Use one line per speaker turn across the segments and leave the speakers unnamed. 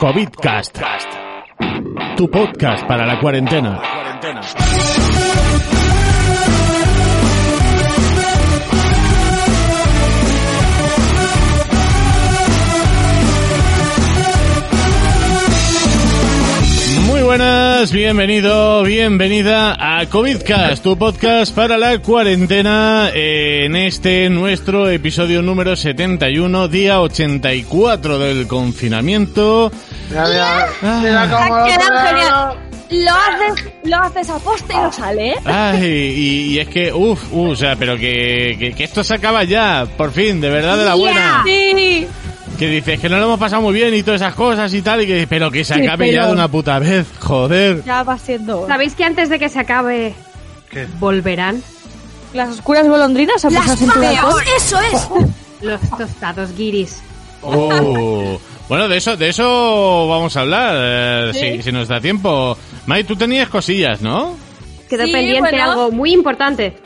COVIDcast. Tu podcast para la cuarentena. Muy buenas, bienvenido, bienvenida a COVIDcast, tu podcast para la cuarentena en este nuestro episodio número 71, día 84 del confinamiento.
Mira, mira, mira
Ah.
cómo
Ha
lo
quedado
ponen.
genial. Lo haces, lo haces a posta y no sale, ¿eh?
Ay, y, y es que, uff, o sea, pero que, que- que esto se acaba ya, por fin, de verdad de la buena.
Sí.
Que dices que no lo hemos pasado muy bien y todas esas cosas y tal, y que, pero que se
Sí,
acabe ya
pero-
de una puta vez, joder.
Ya va siendo.
¿Sabéis que antes de que se acabe
¿Qué?
volverán
Las oscuras golondrinas a
Las
alcohol.
¡Eso es! Los tostados guiris.
Oh. Bueno, de eso, de eso vamos a hablar, eh,
Sí.
si, si nos da tiempo. Mai, tú tenías cosillas, ¿no?
Quedó
Sí,
pendiente
bueno.
algo muy importante.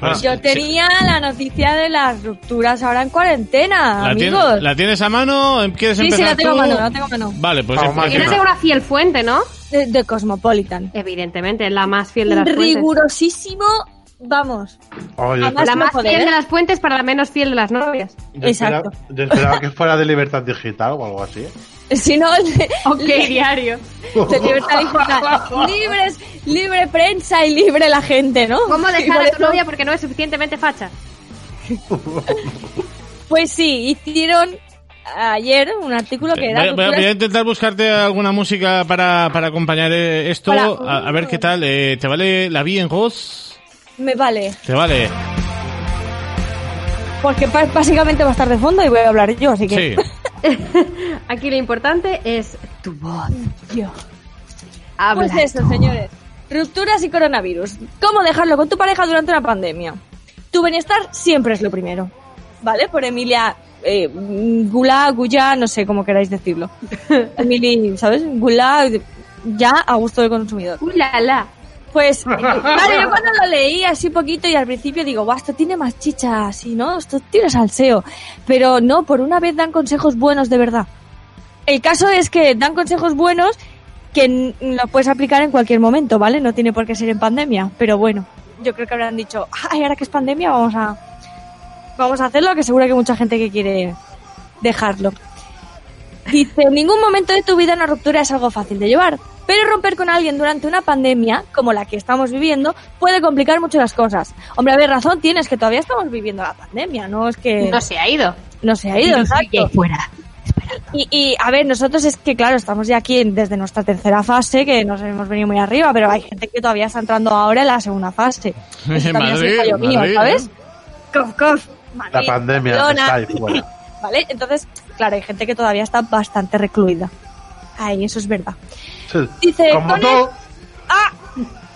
Pues,
Yo tenía la noticia de las rupturas ahora en cuarentena,
¿La, tien-
amigos.
¿La tienes a mano? ¿Quieres
sí, sí,
empezar
la tengo a
tú?
mano, la tengo a mano.
Vale, pues
Vamos,
empieza.
Sí,
Eres
no.
de una fiel fuente, ¿no?
De, de Cosmopolitan.
Evidentemente, la más fiel de las fuentes.
Rigurosísimo, vamos.
Oh, yo,
Además,
La
no
más
joder,
fiel
¿eh?
de las fuentes para la menos fiel de las novias.
yo espera-
Exacto.
yo esperaba que fuera de libertad digital o algo así.
Si no, de,
Ok, diario.
de libertad digital. Libres, libre prensa y libre la gente, ¿no?
¿Cómo
Y
dejar
por
a tu
eso-
novia porque no es suficientemente facha?
Pues sí, hicieron ayer un artículo que
Eh,
era
Voy, voy- voy a intentar buscarte alguna música para, para acompañar eh, esto.
Para-
A, a ver qué tal. eh, ¿Te vale la bien, Ross?
me vale,
¿Te vale?
porque pa- básicamente va a estar de fondo y voy a hablar yo, así
Sí.
que
Aquí lo importante es tu voz.
yo.
Habla.
Pues eso, señores. Rupturas y coronavirus. ¿Cómo dejarlo con tu pareja durante una pandemia? Tu bienestar siempre es lo primero. ¿Vale? Por Emilia eh, Gula, Guya, no sé cómo queráis decirlo. Emily, ¿sabes? Gula, ya a gusto del consumidor.
Uh, la, la.
Pues, claro, yo cuando lo leí así poquito y al principio digo, guau, esto tiene más chicha así, ¿no? Esto tiene salseo. Pero no, por una vez dan consejos buenos de verdad. El caso es que dan consejos buenos que n- lo puedes aplicar en cualquier momento, ¿vale? No tiene por qué ser en pandemia, pero bueno, yo creo que habrán dicho, ay, ahora que es pandemia vamos a, vamos a hacerlo, que seguro que hay mucha gente que quiere dejarlo. Dice, en ningún momento de tu vida una ruptura es algo fácil de llevar, pero romper con alguien durante una pandemia, como la que estamos viviendo, puede complicar mucho las cosas. Hombre, a ver, razón tienes que todavía estamos viviendo la pandemia, no es que
No se ha ido.
no se ha ido,
No sigue
Eh. exacto.
fuera.
Y, y, a ver, nosotros es que, claro, estamos ya aquí en- desde nuestra tercera fase, que nos hemos venido muy arriba, pero hay gente que todavía está entrando ahora en la segunda fase. Eso también es
Madrid,
un fallo mío,
Madrid,
¿sabes?
¿eh?
Cof, cof.
La
Madrid,
pandemia
Barcelona.
está ahí pues, fuera.
¿Vale? Entonces, claro, hay gente que todavía está bastante recluida. Ay, eso es verdad.
Sí,
Dice,
Como
con
tú,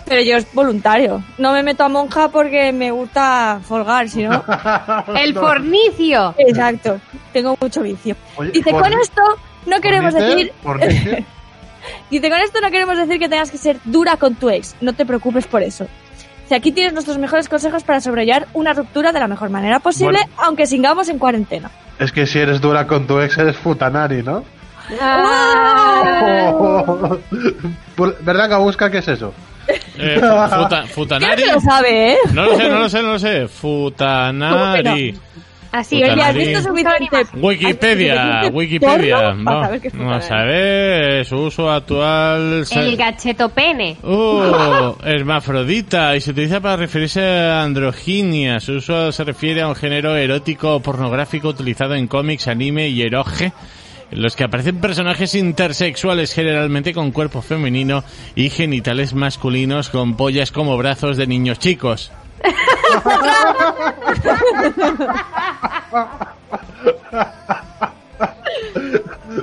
Pero yo es voluntario. No me meto a monja porque me gusta folgar, si no.
El fornicio.
Exacto. Tengo mucho vicio.
Oye,
Dice,
por-
con esto no queremos
por
decir
por dice-
Dice, con esto no queremos decir que tengas que ser dura con tu ex, no te preocupes por eso. Dice, aquí tienes nuestros mejores consejos para sobrellevar una ruptura de la mejor manera posible,
Bueno.
aunque sigamos en cuarentena.
Es que si eres dura con tu ex, eres futanari, ¿no?
Ah.
Por- ¿Verdad, Gabuska? ¿Qué es eso?
Eh, fu- futa- futanari.
Creo que lo sabe, ¿eh?
No lo sé, no lo sé, no lo sé. Futanari.
Así,
Puta
oye,
Oye, ¿has
madre.
visto suficiente?
Wikipedia,
¿Has visto suficiente
Wikipedia.
porno para
Va-
saber qué es
Vamos a
futanari?
ver, su uso actual. se-
El gacheto pene.
Oh, hermafrodita, y se utiliza para referirse a androginia. Su uso se refiere a un género erótico o pornográfico utilizado en cómics, anime y eroge, en los que aparecen personajes intersexuales generalmente con cuerpo femenino y genitales masculinos con pollas como brazos de niños chicos.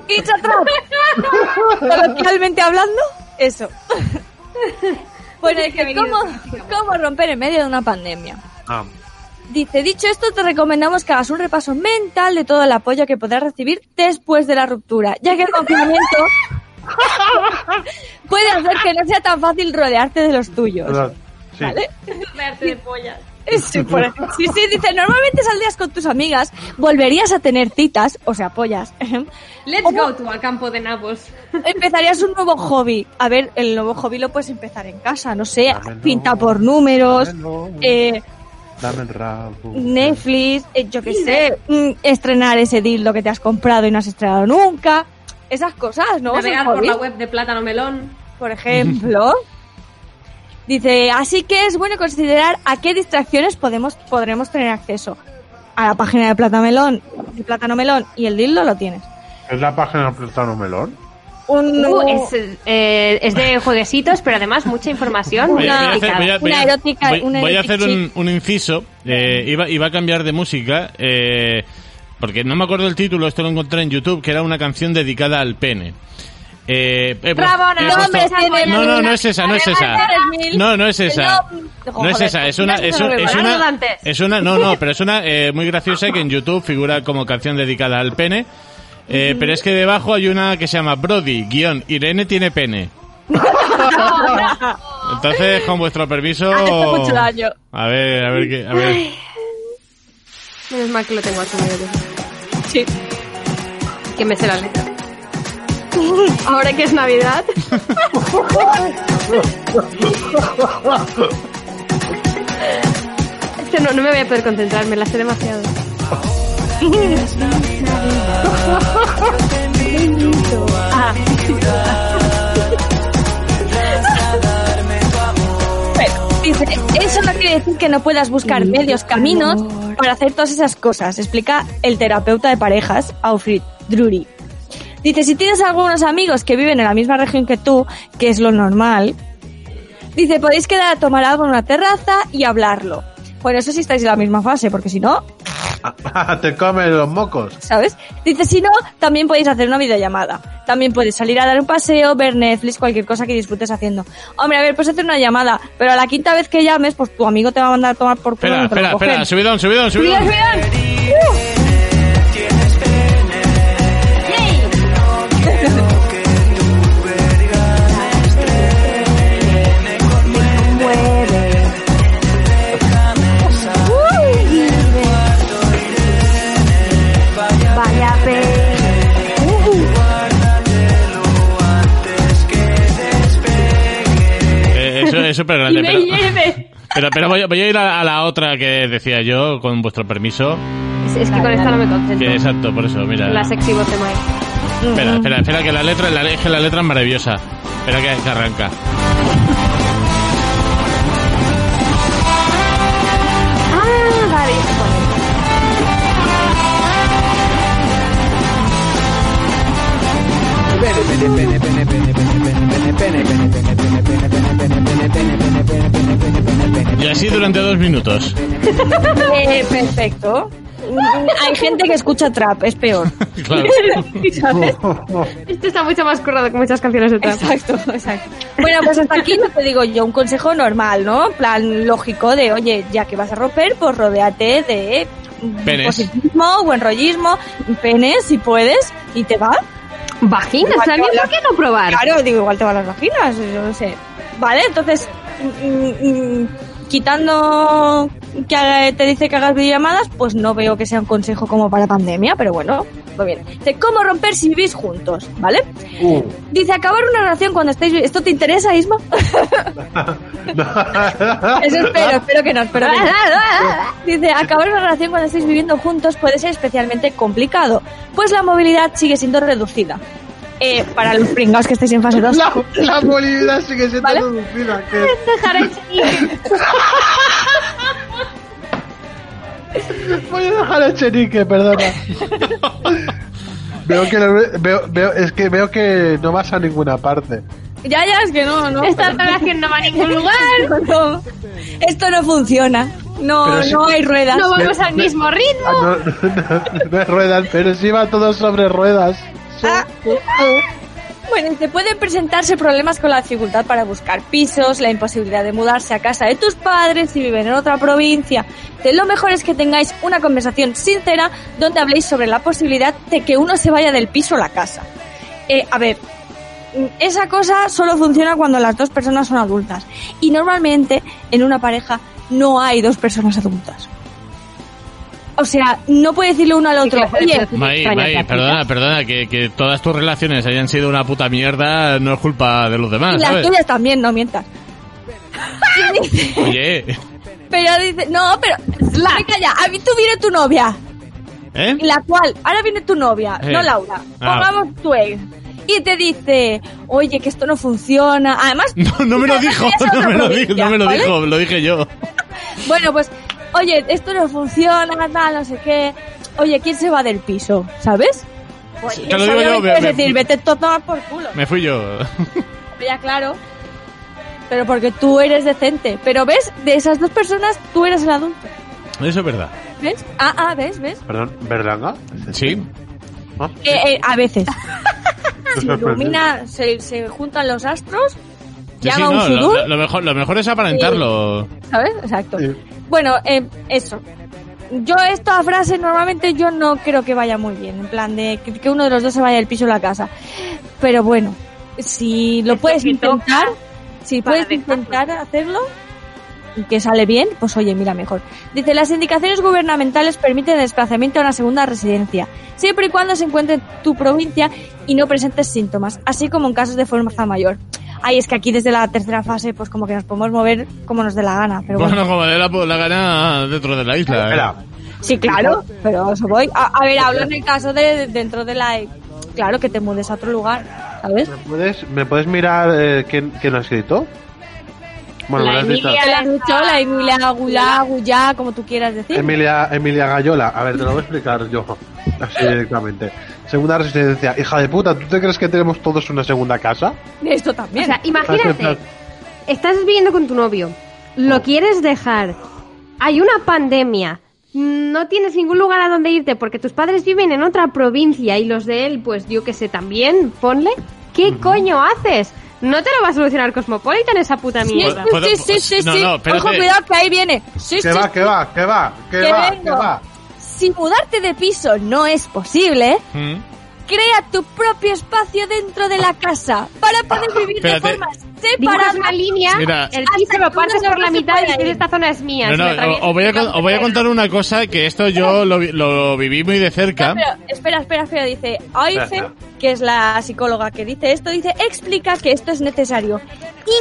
It's a trap. Coloquialmente hablando, eso. Bueno, es que ¿cómo, ¿cómo romper en medio de una pandemia?
Ah,
Dice, dicho esto, te recomendamos que hagas un repaso mental de todo el apoyo que podrás recibir después de la ruptura, ya que el confinamiento puede hacer que no sea tan fácil rodearte de los tuyos.
perdón. Sí.
¿Vale? Sí, por ejemplo. sí, sí, dice, normalmente saldrías con tus amigas, volverías a tener citas, o sea, pollas. em,
Let's go to al campo de nabos.
Empezarías un nuevo hobby. A ver, el nuevo hobby lo puedes empezar en casa, no sé,
Dámelo,
pinta por números,
dámelo.
eh,
Dame el rabo.
Netflix, eh, yo qué sé, mm, estrenar ese lo que te has comprado y no has estrenado nunca. Esas cosas, ¿no?
Navegar
Son
por la
hobbies,
web de Plátano Melón.
por ejemplo. Dice, así que es bueno considerar a qué distracciones podemos, podremos tener acceso. A la página de Plátano Melón, de Plátano Melón y el dildo lo tienes.
Es la página del Plátano Melón.
Un,
Uh, es, eh, es de jueguecitos, pero además mucha información.
Voy a-
muy
voy a hacer-
picada.
voy a- voy a-
Una erótica-
voy-
una
voy a
erotic
hacer un, un inciso. Eh, iba, iba a cambiar de música. eh, porque no me acuerdo el título, esto lo encontré en YouTube, que era una canción dedicada al pene. Eh, he pu-
Rabona,
he
no
puesto-
me tiene
no, no, no
ninguna-
es esa, no es
Arreglar
esa.
tres mil.
No, no es esa.
No,
No es
joder,
esa, es una, es,
no
un-
lo
es
veo. Hazlo
una,
antes.
es una, no, no, pero es una eh, muy graciosa que en YouTube figura como canción dedicada al pene. Eh, pero es que debajo hay una que se llama Brody, guión, Irene tiene pene. Entonces, con vuestro permiso...
Ah, esto es mucho daño.
A ver, a ver qué... A ver.
Menos mal que lo tengo aquí. medio
Sí.
que- Que me sé la letra. Ahora que es Navidad. Es que no, no me voy a poder concentrar, me la sé demasiado. Ah,
Bueno, dice, eso no quiere decir que no puedas buscar medios caminos para hacer todas esas cosas, explica el terapeuta de parejas, Alfred Drury. Dice, si tienes algunos amigos que viven en la misma región que tú, que es lo normal, dice, podéis quedar a tomar algo en una terraza y hablarlo. Bueno, eso sí estáis en la misma fase, porque si no,
Te comen los mocos.
¿sabes? Dice, si no, también podéis hacer una videollamada. También podéis salir a dar un paseo, ver Netflix, cualquier cosa que disfrutes haciendo. Hombre, a ver, puedes hacer una llamada, pero a la quinta vez que llames, pues tu amigo te va a mandar a tomar por
Espera,
culo. no te lo
espera, espera,
cogen.
subidón, subidón,
Cuidado,
subidón.
cuidado.
Eh, eso es súper grande.
me
Pero,
lleve.
pero, pero voy, a- voy a ir a, a la otra que decía yo, con vuestro permiso.
Es, es que con esta no me
Que
concentro.
exacto, por eso, mira.
La sexy voz de Mike.
Espera, espera, espera, que la letra, la, es que la letra es maravillosa. Espera que, que arranca.
Ah, vale.
Y así durante dos minutos.
Eh, perfecto. Hay gente que escucha trap, es peor.
Claro.
¿Sabes?
Uh.
Esto Este está mucho más currado que muchas canciones de trap.
Exacto, exacto. Bueno, pues hasta aquí lo que digo yo, un consejo normal, ¿no? En plan lógico de, oye, ya que vas a romper, pues rodéate de
Penes.
positivismo, buen rollismo, penes si puedes, y te va.
Vaginas, también, ¿por qué no probar?
Claro, digo, igual te van las vaginas, yo no sé. Vale, entonces, mm, mm, mm, quitando que haga- te dice que hagas videollamadas, pues no veo que sea un consejo como para pandemia, pero bueno, muy bien. Dice, ¿cómo romper si vivís juntos? ¿Vale?
Uh.
Dice, acabar una relación cuando estáis... vi- ¿Esto te interesa, Isma? Eso espero, espero que no, espero que no. Dice, acabar una relación cuando estáis viviendo juntos puede ser especialmente complicado, pues la movilidad sigue siendo reducida. Eh, para los pringados que estáis en fase 2.
La, la movilidad sigue siendo
¿Vale?
reducida. que- Voy a dejar el chenique, perdona. veo que lo- veo, veo, es que veo que no vas a ninguna parte.
Ya, ya, es que no, no.
Esta relación no va a ningún lugar.
No, esto no funciona. No,
Pero sí
no hay ruedas.
No vamos al mismo
Ah,
ritmo.
no, no, no, no es ruedas, pero sí va todo sobre ruedas.
Ah. Bueno, te pueden presentarse problemas con la dificultad para buscar pisos, la imposibilidad de mudarse a casa de tus padres si viven en otra provincia. De lo mejor es que tengáis una conversación sincera donde habléis sobre la posibilidad de que uno se vaya del piso a la casa. Eh, a ver, mm, esa cosa solo funciona cuando las dos personas son adultas. Y normalmente en una pareja no hay dos personas adultas. O sea, no puede decirle uno al otro.
clase de
Oye,
pedófilo?
May,
Extrañas
May,
las
perdona, perdona, que, que todas tus relaciones hayan sido una puta mierda no es culpa de los
y
demás,
las
¿sabes?
tuyas también, no mientas. Sí, dice-
Oye,
Pero dice, no, pero. Venga ya, a mí tú viene tu novia.
¿eh?
en la cual ahora viene tu novia,
Eh.
no Laura,
Ah.
pongamos tu ex, y te dice, oye, que esto no funciona. Además,
No, no me lo
Además,
dijo,
ya es
no
otra
me lo dijo,
provincia,
no me lo
¿vale?
dijo, lo dije yo.
Bueno, pues, oye, esto no funciona, tal, no sé qué. Oye, ¿quién se va del piso? ¿Sabes? Pues,
te lo digo
obviamente
yo, me-
Es
me-
decir, vete todo por culo.
Me fui yo.
Ya, claro. Pero porque tú eres decente. Pero ves, de esas dos personas, tú eres el adulto.
Eso es verdad.
¿Ves? Ah, ah, ¿ves? ¿Ves?
Perdón, ¿Berlanga?
Sí.
Ah,
Eh, eh, a veces.
te
Se
sorprendió.
ilumina, se, se juntan los astros,
Sí,
llama
sí,
un
no,
sudor.
lo, lo mejor, lo mejor es aparentarlo.
¿Sabes? Exacto.
Sí.
Bueno, eh, eso. Yo esta frase normalmente yo no creo que vaya muy bien, en plan de que, que uno de los dos se vaya del piso a la casa. Pero bueno, si lo
Esto
puedes
que toca
intentar, si
para
puedes
dejarlo.
intentar hacerlo y que sale bien, pues oye, mira mejor. Dice, las indicaciones gubernamentales permiten el desplazamiento a una segunda residencia, siempre y cuando se encuentre en tu provincia y no presentes síntomas, así como en casos de fuerza mayor. Ay, es que aquí desde la tercera fase, pues como que nos podemos mover como nos dé la gana, pero bueno.
Bueno, como de la, la gana dentro de la isla. ¿eh?
Espera,
Sí, claro, pero eso voy. A, a ver, hablo en el caso de dentro de la... E. Claro, que te mudes a otro lugar, ¿sabes?
¿me puedes, me puedes mirar eh, quién, quién lo ha escrito? Bueno,
La
me lo has dicho.
Emilia.
Te lo has dicho, la Emilia Gulá, Guyá, como tú quieras decir.
Em-
Emilia, Emilia Gallola, a ver, te lo voy a explicar yo así directamente. Segunda residencia, hija de puta, ¿tú te crees que tenemos todos una segunda casa?
Esto
O
también.
sea,
Claro,
imagínate,
claro.
estás viviendo con tu novio, lo quieres dejar, hay una pandemia, no tienes ningún lugar a donde irte porque tus padres viven en otra provincia y los de él, pues yo que sé, también, ponle, ¿qué coño haces? No te lo va a solucionar Cosmopolitan esa puta
sí,
mierda.
Em- puedo-
sí, sí, sí,
no,
sí.
no, espérate.
Ojo, cuidado, que ahí viene. Sí,
Que
sí,
va, que va, que va, que
Que
va,
vengo.
que va.
Si mudarte de piso no es posible,
¿Mm?
crea tu propio espacio dentro de la casa para poder vivir
Espérate.
de forma
Dibujas
separada.
una línea,
Mira.
el piso lo partes por la mitad y dices esta zona es mía.
No,
si
no,
me atraviesas,
os voy, a,
me
con- os voy a contar una cosa que esto yo lo, vi- lo viví muy de cerca.
Espera, espera, espera, espera, dice Oife,
Espera.
que es la psicóloga que dice esto, dice, explica que esto es necesario,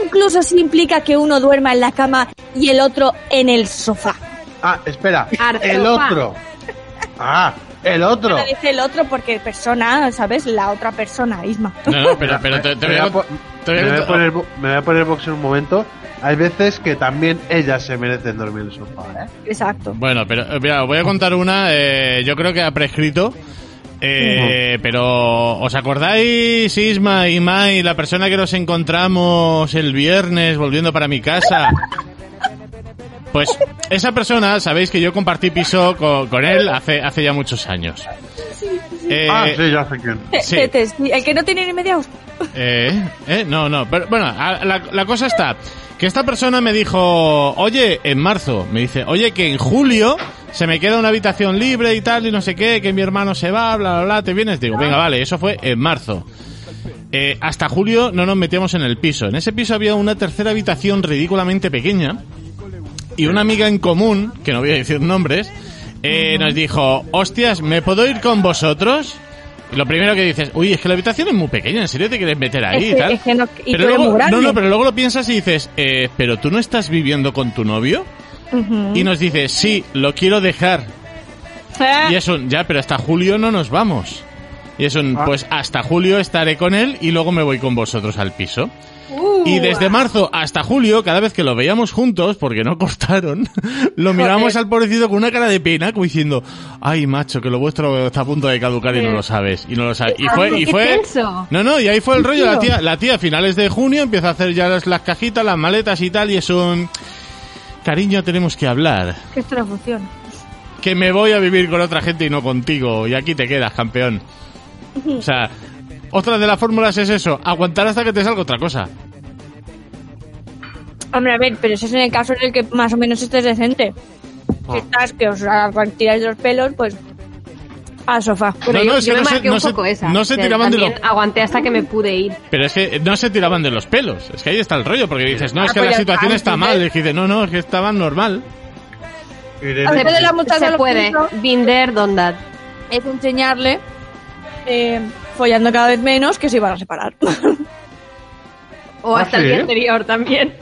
incluso si implica que uno duerma en la cama y el otro en el sofá.
Ah, espera,
Arzofa.
el otro. Ah, el otro.
Ahora dice el otro porque persona, ¿sabes? La otra persona, Isma.
No, no, pero, pero te, te voy
Me
a
voy a po-
cont- te voy a
me voy a
cont-
poner bo- me voy a poner box en un momento. Hay veces que también ellas se merecen dormir en el sofá, ¿eh?
Exacto.
Bueno, pero eh, mira, os voy a contar una, eh, yo creo que ha prescrito. eh, Pero, ¿os acordáis, Isma y Mai, la persona que nos encontramos el viernes volviendo para mi casa? Pues esa persona, sabéis que yo compartí piso co- con, él hace, hace ya muchos años. Eh,
ah, sí, ya sé quién.
Te-
sí.
te- te- el que no tiene ni media hostia.
Eh, eh, no, no, pero bueno, a- la, la cosa está que esta persona me dijo, oye, en marzo, me dice, oye, que en julio se me queda una habitación libre y tal y no sé qué, que mi hermano se va, bla, bla, bla, te vienes, digo, venga, vale, eso fue en marzo. Eh, hasta julio no nos metíamos en el piso. En ese piso había una tercera habitación ridículamente pequeña y una amiga en común, que no voy a decir nombres, eh, nos dijo, hostias, ¿me puedo ir con vosotros? Y lo primero que dices, uy, es que la habitación es muy pequeña, ¿en serio te quieres meter ahí?
Es
y
que-
tal?
es que no- y
Pero
tú eres
luego-
muy grande.
no, no, pero luego lo piensas y dices, eh, ¿pero tú no estás viviendo con tu novio? Y
Mm.
nos dice, sí, lo quiero dejar.
Ah.
Y es un, ya, pero hasta julio no nos vamos. Y es un,
Ah.
pues hasta julio estaré con él y luego me voy con vosotros al piso.
Uh,
Y desde marzo hasta julio, cada vez que lo veíamos juntos, porque no cortaron, lo mirábamos al pobrecito con una cara de pena, como diciendo, ay macho, que lo vuestro está a punto de caducar y no lo sabes. Y no lo sabes. Y fue, y
Ah, qué
fue.
tenso.
No, no, y ahí fue el rollo. La tía, la tía a finales de junio empieza a hacer ya las, las cajitas, las maletas y tal, y es un. Cariño, tenemos que hablar.
Que esto no funciona.
Que me voy a vivir con otra gente y no contigo. Y aquí te quedas, campeón. O sea, otra de las fórmulas es eso: aguantar hasta que te salga otra cosa.
Hombre, a ver, pero eso es en el caso en el que más o menos estés decente. Si estás que os arranquéis los pelos, pues al sofá.
Bueno,
No,
yo,
no, es
yo
que
me
no se-
marqué
no
un
se-
poco esa.
no se tiraban de lo-
también Aguanté hasta que me pude ir.
Pero es que no se tiraban de los pelos. Es que ahí está el rollo, porque dices, no, es
Ah,
que
pues
la
ya
situación
está,
está mal. Y dices, no, no, es que estaba normal.
Irene,
A ver, de la muchacha
se
lo
puede.
pienso.
Binder, dondad.
Es enseñarle, eh, follando cada vez menos, que se iban a separar.
O
Ah,
hasta
¿sí?
el día anterior también.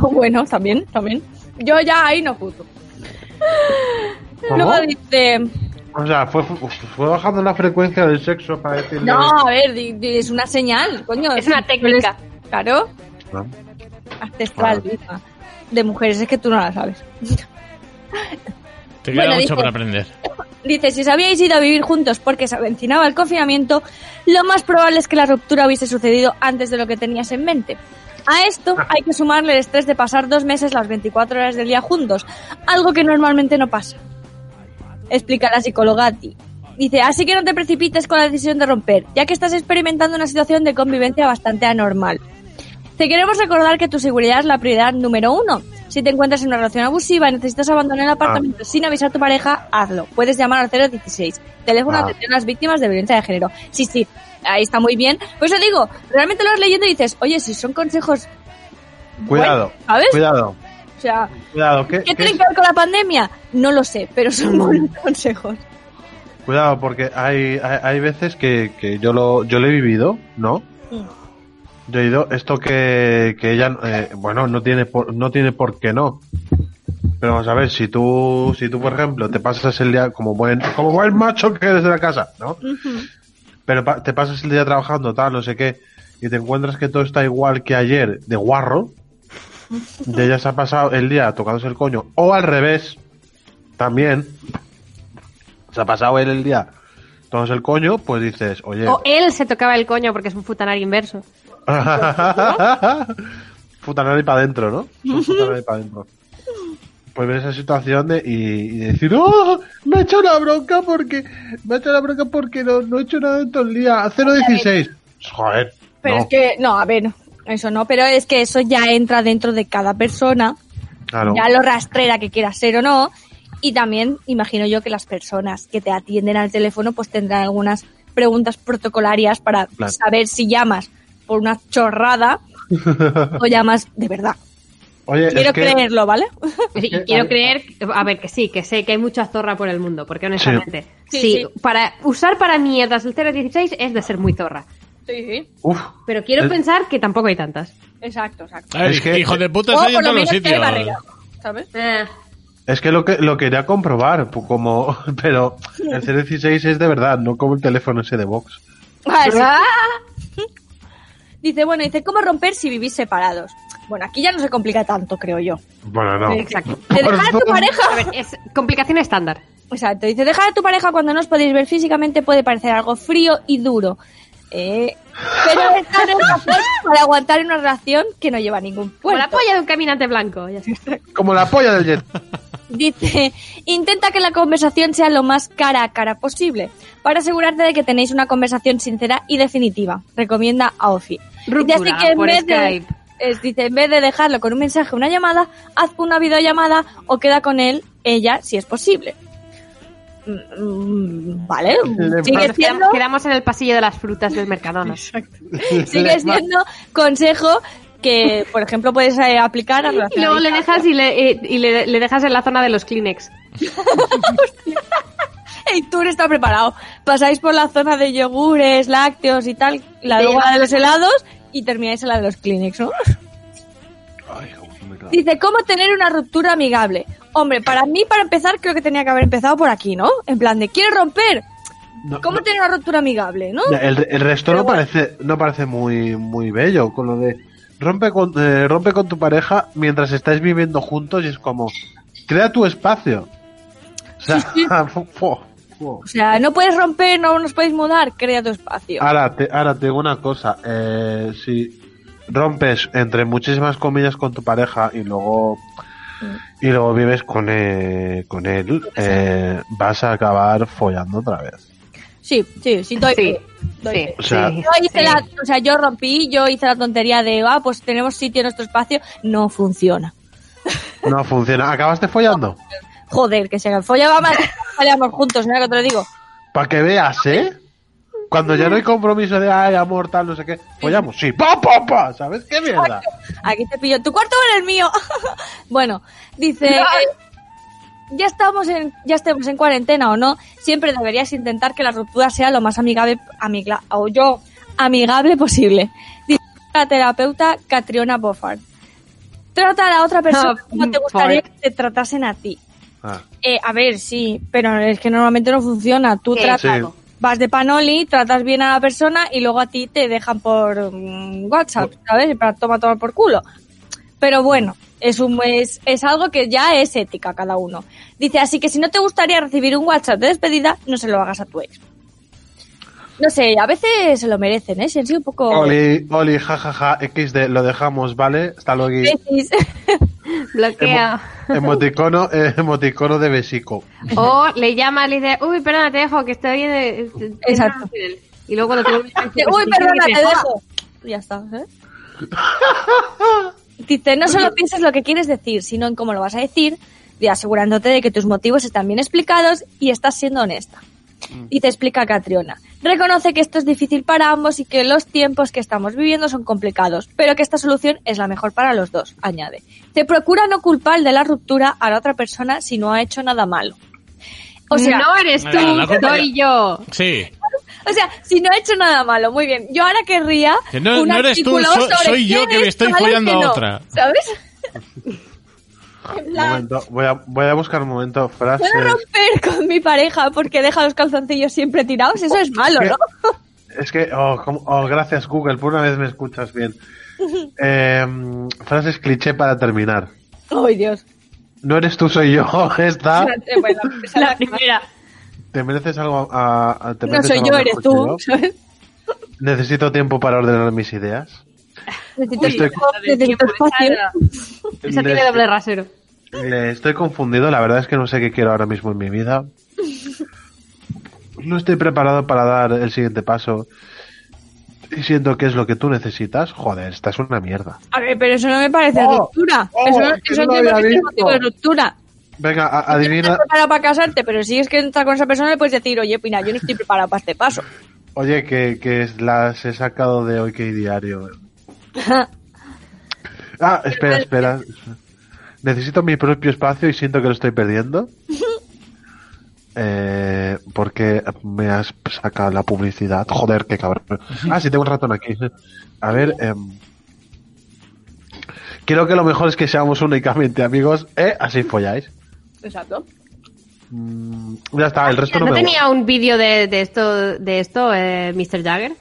bueno, también, también. Yo ya ahí no puto.
¿Cómo?
Luego dice...
O sea, fue, fue- fue bajando la frecuencia del sexo para decirle.
No, a ver, di- di- es una señal, coño.
Es una técnica.
Claro,
No.
ancestral,
Claro.
misma. De mujeres, es que tú no la sabes.
Te queda
Bueno,
mucho
dice-
por aprender.
Dice, si os habíais ido a vivir juntos porque se avecinaba el confinamiento, lo más probable es que la ruptura hubiese sucedido antes de lo que tenías en mente. A esto hay que sumarle el estrés de pasar dos meses las 24 horas del día juntos, algo que normalmente no pasa. Explica la psicóloga Ati. Dice, así que no te precipites con la decisión de romper, ya que estás experimentando una situación de convivencia bastante anormal. Te queremos recordar que tu seguridad es la prioridad número uno. Si te encuentras en una relación abusiva y necesitas abandonar el apartamento sin avisar a tu pareja, hazlo. Puedes llamar al 016, teléfono
Ah.
de atención a las víctimas de violencia de género. Sí, sí, ahí está muy bien. Por eso digo, realmente lo vas leyendo y dices, oye, si son consejos...
Cuidado,
buenos, ¿Sabes?
cuidado,
O sea,
cuidado, ¿qué-
¿qué
qué
tiene
es-
que ver con la pandemia? No lo sé, pero son buenos consejos.
cuidado, porque hay, hay, hay veces que, que yo lo yo lo he vivido, ¿no?
Mm.
Yo he ido esto que, que ella, eh, bueno, no tiene por, no tiene por qué no. Pero vamos a ver, si tú, si tú por ejemplo te pasas el día como buen, como buen macho que eres de la casa, ¿no? Pero pa- te pasas el día trabajando, tal, no sé qué, y te encuentras que todo está igual que ayer, de guarro, de ella se ha pasado el día tocándose el coño, o al revés, también, se ha pasado él el día tocándose el coño, pues dices, oye,
O él se tocaba el coño porque es un futanario inverso.
Futanari para adentro, ¿no? Son futanari para adentro. Pues ver esa situación de, y, y decir, ¡Oh! Me ha hecho la bronca porque. Me ha hecho la bronca porque no, no he hecho nada en todo el día. 016. Joder.
Pero
no,
es que, no, a ver, eso no, pero es que eso ya entra dentro de cada persona,
claro.
ya lo rastrera que quiera ser o no, y también imagino yo que las personas que te atienden al teléfono pues tendrán algunas preguntas protocolarias para
Claro.
saber si llamas por una chorrada o llamas de verdad.
Oye,
Quiero
es que.
creerlo, ¿vale?
Y
que
quiero
hay-
creer, a ver, que sí, que sé que hay mucha zorra por el mundo, porque honestamente,
Sí,
sí,
sí.
para usar para mierdas el 016 es de ser muy zorra.
Sí, sí,
Uf.
Pero quiero
Es-
pensar que tampoco hay tantas.
exacto, exacto.
A ver,
Es que-
hijo de puta,
O
soy en
Oh, por lo
todos los
menos que hay
sitios.
barrera, ¿sabes?
Eh.
Es que lo que lo quería comprobar, pu- como. Pero el 016 es de verdad, no como el teléfono ese de Vox.
Ah, sí. Dice, bueno, dice, ¿cómo romper si vivís separados? Bueno, aquí ya no se complica tanto, creo yo.
Bueno, no.
Exacto.
¿Te
Por
dejar a tu
favor.
pareja?
A ver, es complicación estándar.
Exacto, dice, dejar a tu pareja cuando no os podéis ver físicamente puede parecer algo frío y duro. Eh, pero estar en razón para aguantar una relación que no lleva a ningún
Como la
puerto.
polla de un caminante blanco. ya está.
Como la polla del jet.
Dice, intenta que la conversación sea lo más cara a cara posible para asegurarte de que tenéis una conversación sincera y definitiva. Recomienda a Ofi. Dice,
Ruptura
así que en
por
vez de,
Skype.
es- dice, en vez de dejarlo con un mensaje o una llamada, haz una videollamada o queda con él, ella, si es posible. Mm, mm, Vale,
Le
sigue
Nos
siendo...
quedamos, quedamos en el pasillo de las frutas del Mercadona.
sigue siendo consejo que, por ejemplo, puedes eh, aplicar a
Y
relación
luego
a
le dejas y, le, eh, y le- le dejas en la zona de los Kleenex.
distancia. El tour está preparado. Pasáis por la zona de yogures, lácteos y tal, la
Te
luego la
llevas-
de los helados y termináis en la de los Kleenex, ¿no?
Ay, cómo me clavo.
Dice, ¿cómo tener una ruptura amigable? Hombre, para mí, para empezar, creo que tenía que haber empezado por aquí, ¿no? En plan de, ¿quieres romper?
No,
¿Cómo
no.
tener una ruptura amigable, no?
Ya, El, el resto
Pero
no parece, no parece muy, muy bello, con lo de rompe con, eh, rompe con tu pareja mientras estáis viviendo juntos y es como, crea tu espacio. O sea, fu- fu- fu.
O sea, no puedes romper, no nos podéis mudar, crea tu espacio.
ahora, te, ahora te digo una cosa, eh, si rompes entre muchísimas comillas con tu pareja y luego y luego vives con, eh, con él, eh, vas a acabar follando otra vez.
Sí, sí, sí, doy
Sí,
fe, doy fe.
O sea,
sí,
Yo hice
sí.
la, o sea, yo rompí, yo hice la tontería de, ah, pues tenemos sitio en nuestro espacio, no funciona.
No funciona. ¿Acabaste follando?
Joder, que se follaba más, salíamos juntos, mira que te lo digo.
Para que veas, ¿eh? Cuando ya no hay compromiso de, ay, amor, tal, no sé qué. Follamos, sí, pa, pa, pa, ¿sabes qué mierda?
Aquí te pillo tu cuarto con el mío. bueno, dice. eh, Ya estamos en, ya estemos en cuarentena o no, siempre deberías intentar que la ruptura sea lo más amigable, amigla- o yo, amigable posible. Dice la terapeuta Catriona Boffard. Trata a la otra persona
Ah,
como te
mm,
gustaría
pobre.
que te tratasen a ti.
Ah,
Eh, a ver, sí, pero es que normalmente no funciona. Tú
Sí.
tratas,
Sí.
vas de panoli, tratas bien a la persona y luego a ti te dejan por mm, WhatsApp, ¿sabes? Para toma tomar por culo. Pero bueno, es, un, es, es algo que ya es ética cada uno. Dice, así que si no te gustaría recibir un WhatsApp de despedida, no se lo hagas a tu ex. No sé, a veces se lo merecen, ¿eh? Si han sido un poco...
Oli, Oli, jajaja, XD, lo dejamos, ¿vale? Hasta luego.
imbéciles.
Bloquea.
Emoticono, eh, emoticono de besico.
O le llama y le dice, uy, perdona, te dejo, que estoy en... eh,
Exacto.
Y luego lo tengo que
Uy, perdona, te dejo. Ya está, ¿eh? Dice, no solo pienses lo que quieres decir, sino en cómo lo vas a decir, y asegurándote de que tus motivos están bien explicados y estás siendo honesta. Y te explica Catriona. Reconoce que esto es difícil para ambos y que los tiempos que estamos viviendo son complicados, pero que esta solución es la mejor para los dos, añade. Te procura no culpar de la ruptura a la otra persona si no ha hecho nada malo. O sea,
no eres tú,
Mira, la culpa
soy yo.
Sí.
o sea, si no he hecho nada malo, muy bien. Yo ahora querría.
Que no-
un
no eres tú,
artículo
so-
sobre
soy yo
quién
que me
es
estoy
malo y
follando
quién
a
no,
otra.
¿Sabes? en
Un
plan,
momento, voy a, voy a buscar un momento frases.
puedo romper con mi pareja porque deja los calzoncillos siempre tirados. Eso es malo,
¿Qué?
¿no?
Es que, oh, cómo- oh, gracias Google, por una vez me escuchas bien. Em, frases cliché para terminar.
Ay, Dios.
No eres tú, soy yo. Esta,
Eh, bueno, esa es la primera.
te mereces algo. a- a- te
No
mereces
soy
algo
yo,
mejor
eres
que
tú.
yo.
¿sabes?
Necesito tiempo para ordenar mis ideas.
Necesito
Estoy-
tiempo, necesito espacio.
Esa
Le
tiene
estoy-
doble rasero.
le estoy confundido, la verdad es que no sé qué quiero ahora mismo en mi vida. No estoy preparado para dar el siguiente paso. Y siento que es lo que tú necesitas. Joder, esta es una mierda.
A ver, pero eso no me parece
Oh,
ruptura.
oh,
eso no,
que
eso
no lo
no me
había
parece
visto.
motivo de ruptura.
Venga, a-
Estás
adivina.
preparado para casarte, pero si es que entras con esa persona le puedes decir, oye, Pina, yo no estoy preparado para este paso.
Oye, que, que es- las he sacado de OK Diario. Ah, espera, espera. Necesito mi propio espacio y siento que lo estoy perdiendo. Eh, porque me has sacado la publicidad. Joder, qué cabrón. Ah, sí, tengo un ratón aquí. A ver. em, creo que lo mejor es que seamos únicamente amigos. Eh, así folláis.
Exacto.
Mm, ya está, el resto no,
Ah, ¿No
me gusta.
tenía un vídeo de, de esto, de esto eh, Mr. Jagger?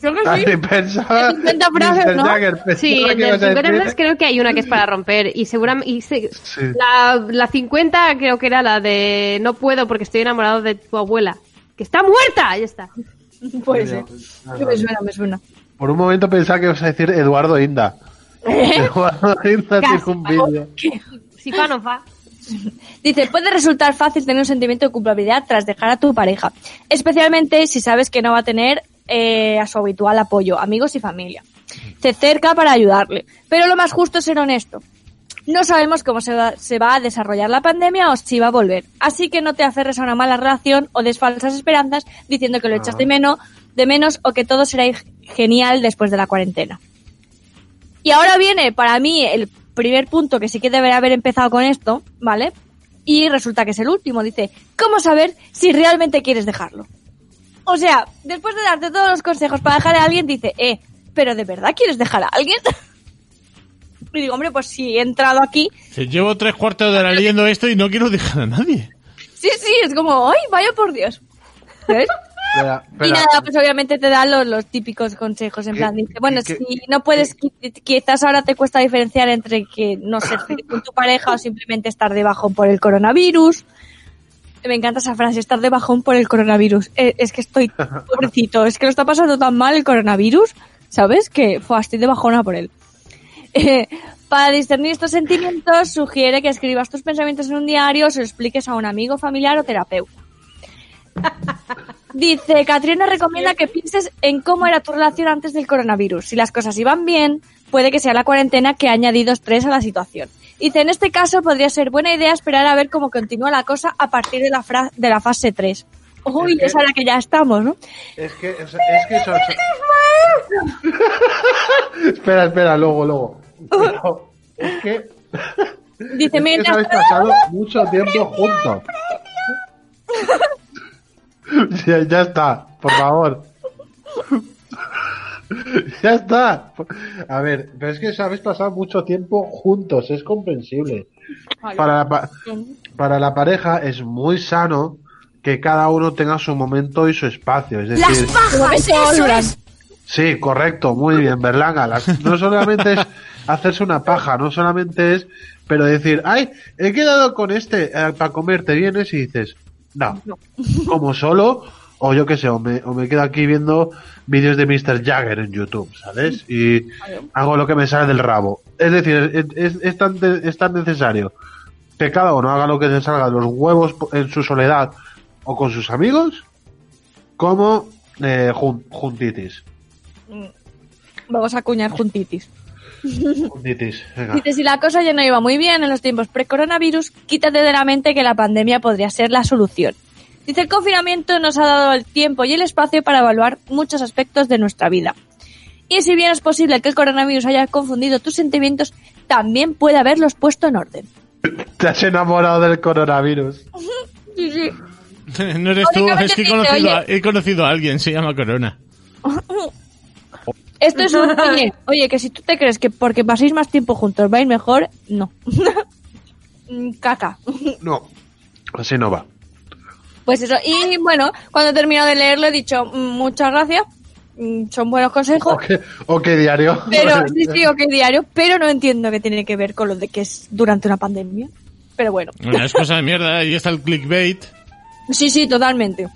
Creo que sí.
Así Ah, pensaba.
50 frases,
Mr.
¿no?
Jagger,
Sí,
pensaba
en
que
el
ibas a
50
decir-
frases creo que hay una que es para romper. Y seguramente. y se-
Sí.
la, la 50 creo que era la de no puedo porque estoy enamorado de tu abuela. ¡Que está muerta! Ya está.
Puede ser. Me suena, me suena.
Por un momento pensaba que ibas a decir Eduardo Inda. Eduardo Inda
¿Eh?
tiene
Casi,
un vídeo.
Si fa, no fa.
Dice, puede resultar fácil tener un sentimiento de culpabilidad tras dejar a tu pareja, especialmente si sabes que no va a tener eh, a su habitual apoyo, amigos y familia. Se cerca para ayudarle, pero lo más justo es ser honesto. No sabemos cómo se va, se va a desarrollar la pandemia o si va a volver, así que no te aferres a una mala relación o des falsas esperanzas diciendo que lo echas de menos, de menos o que todo será ig- genial después de la cuarentena. Y ahora viene para mí el primer punto que sí que debería haber empezado con esto, ¿vale? Y resulta que es el último. Dice, ¿cómo saber si realmente quieres dejarlo? O sea, después de darte todos los consejos para dejar a alguien, dice, eh, ¿pero de verdad quieres dejar a alguien? Y digo, hombre, pues si he entrado aquí,
Se llevo tres cuartos de hora leyendo esto y no quiero dejar a nadie.
sí, sí, es como, ¡ay, vaya por Dios! ¿Sabes?
Espera,
Y
espera.
nada, pues obviamente te da los, los típicos consejos. En
¿Qué-
plan, dice, bueno,
qué-
si no puedes, qui- quizás ahora te cuesta diferenciar entre que no ser feliz con tu pareja o simplemente estar de bajón por el coronavirus. Me encanta esa frase, estar de bajón por el coronavirus. Eh, es que estoy pobrecito, es que lo está pasando tan mal el coronavirus, ¿sabes? Que fue, estoy de bajona por él. Eh, para discernir estos sentimientos, sugiere que escribas tus pensamientos en un diario o se lo expliques a un amigo, familiar o terapeuta. Dice, Catriona recomienda que pienses en cómo era tu relación antes del coronavirus. Si las cosas iban bien, puede que sea la cuarentena que ha añadido estrés a la situación. Dice, en este caso podría ser buena idea esperar a ver cómo continúa la cosa a partir de la, fra- de la fase 3. Uy,
Es que-
es a la que ya estamos, ¿no?
Es que, es, es que eso. espera, espera, luego, luego. Pero es que.
Dice,
es que
mientras
habéis pasado mucho tiempo juntos. ya, ya está, por favor. ya está. A ver, pero es que os habéis pasado mucho tiempo juntos, es comprensible. Para la, pa- para la pareja es muy sano que cada uno tenga su momento y su espacio. Es decir,
pajas, eso es.
Sí, correcto, muy bien, Berlanga. Las- no solamente es hacerse una paja, no solamente es, pero decir, ay, he quedado con este para comer, te vienes y dices, no, como solo, o yo qué sé, o me, o me quedo aquí viendo vídeos de Mr. Jagger en YouTube, ¿sabes? Y hago lo que me sale del rabo. Es decir, es, es- es tan, de- es tan necesario que cada uno haga lo que se salga de los huevos po- en su soledad o con sus amigos, como eh, jun- juntitis.
Vamos a acuñar juntitis.
Juntitis, venga.
Dice, si la cosa ya no iba muy bien en los tiempos pre-coronavirus, quítate de la mente que la pandemia podría ser la solución. Dice, el confinamiento nos ha dado el tiempo y el espacio para evaluar muchos aspectos de nuestra vida. Y si bien es posible que el coronavirus haya confundido tus sentimientos, también puede haberlos puesto en orden.
Te has enamorado del coronavirus.
Sí, sí.
No eres tú,
Únicamente
es que he
dice,
conocido, a, he conocido a alguien, se llama Corona.
Esto es un... Oye, oye, que si tú te crees que porque paséis más tiempo juntos va a ir mejor, no. Mm, Caca.
No, así no va.
Pues eso, y bueno, cuando he terminado de leerlo he dicho "Mm, muchas gracias, mm, son buenos consejos,
¿O qué, o qué diario?
pero sí, sí, ok, diario, pero no entiendo qué tiene que ver con lo de que es durante una pandemia. Pero bueno,
Una es cosa de mierda, ahí está el clickbait.
sí, sí, totalmente.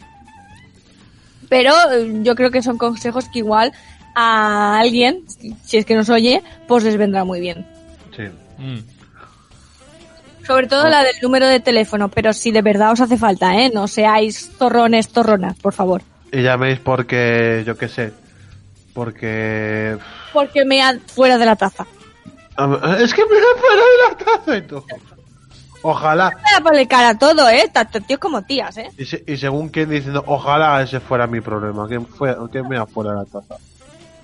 Pero eh, yo creo que son consejos que igual a alguien, si- si es que nos oye, pues les vendrá muy bien.
Sí.
Mm.
Sobre todo la del número de teléfono, pero si de verdad os hace falta, ¿eh? No seáis zorrones, zorronas, por favor.
Y ya veis porque, yo qué sé, porque...
Porque me han fuera de la taza.
Ah, Es que me he parado de la taza y todo. Ojalá.
Voy a poner cara a todo, ¿eh? Tanto tíos como tías, ¿eh?
Y, se- y según quien diciendo, ojalá ese fuera mi problema, que, fue, que me afuera la taza.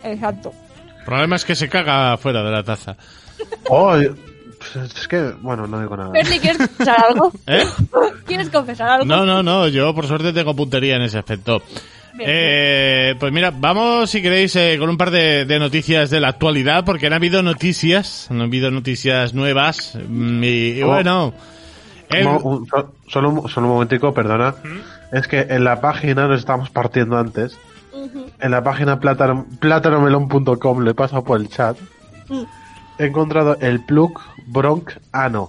Exacto.
Problema es que se caga fuera de la taza.
Oh, y- pues es que, bueno, no digo
Ah.
nada.
Perli, ¿quieres confesar algo?
¿Eh?
¿Quieres confesar algo?
No, no, no, yo por suerte tengo puntería en ese aspecto.
Bien.
Eh, pues mira, vamos si queréis eh, con un par de, de noticias de la actualidad, porque han habido noticias, han habido noticias nuevas. mm, Y, y
Oh.
bueno, Em, el-
Mo- un- so- solo, un- solo un momentico, perdona. Es que en la página, nos estábamos partiendo antes, en la página plátano- platanomelon.com, lo he pasado por el chat,
Mm.
he encontrado el plug Bronc Ano.